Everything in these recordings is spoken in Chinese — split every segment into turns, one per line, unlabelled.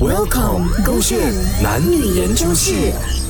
Welcome，勾线男女研究室。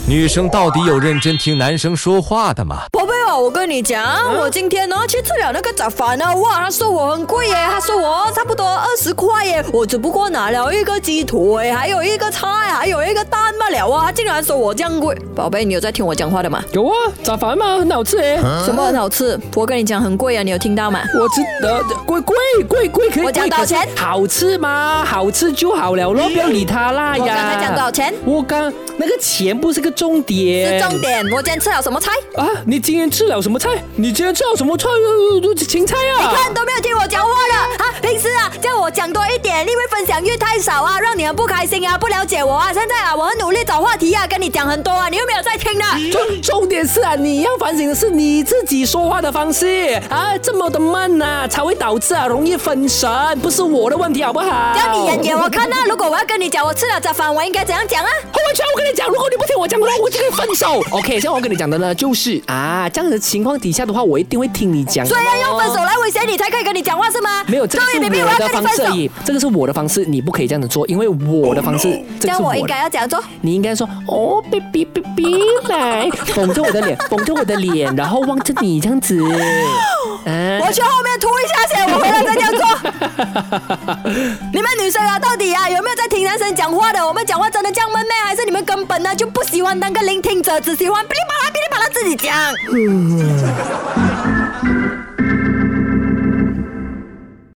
女生到底有认真听男生说话的吗？
宝贝啊，我跟你讲，我今天呢哦去吃了那个早饭呢，哇，他说我很贵耶，他说我差不多二十块耶，我只不过拿了一个鸡腿，还有一个菜，还有一个蛋罢了啊，他竟然说我这样贵。宝贝，你有在听我讲话的吗？
有啊，早饭嘛，很好吃诶。
什么很好吃？我跟你讲很贵啊，你有听到吗？
我知得贵贵贵贵可以，
我讲
贵
多少钱
可是好吃嘛，好吃就好了咯，不要理他啦呀。
我刚才讲多少钱
我刚那个钱不是个重点。
是重点，我今天吃了什么菜？
啊！你今天吃了什么菜？你今天吃了什么菜？呃呃芹菜啊！
看都没有听我讲话了啊！平时啊叫我讲多一点，因为分享欲太少啊，让你很不开心啊，不了解我啊。现在啊，我很努力找话题啊，跟你讲很多啊，你又没有在听的。
重重点是啊，你要反省的是你自己说话的方式啊，这么的慢呐、才会导致啊容易分神，不是我的问题，好不好？
叫你演给我看啊！如果我要跟你讲我吃了早饭，我应该怎样讲啊？
后完全我跟你讲，如果你不听我讲的话，我就跟你分手。OK，像我跟你讲的呢，就是啊，这样的情况底下的话，我一定会听你讲的
所
咯。
以要用分手来威胁你才可以跟你讲话是吗？
没有，这个
终于
是我
明明我要跟
的
你
方
分
式而
手，
已，这个是我的方式，你不可以这样子做，因为我的方式，
哦这
这个
样
是我
我应
的。
该要怎样做？
你应该说哦，baby baby 来， 捧着我的脸，捧着我的脸，然后望着你这样子。啊，
我去后面吐一下血，我回来再这样做。你们女生啊，到底啊有没有在听男生讲话的？我们讲话真的这样闷咩？还是你们根本呢就不喜欢当个聆听者，只喜欢噼里啪啦噼里啪啦自己讲？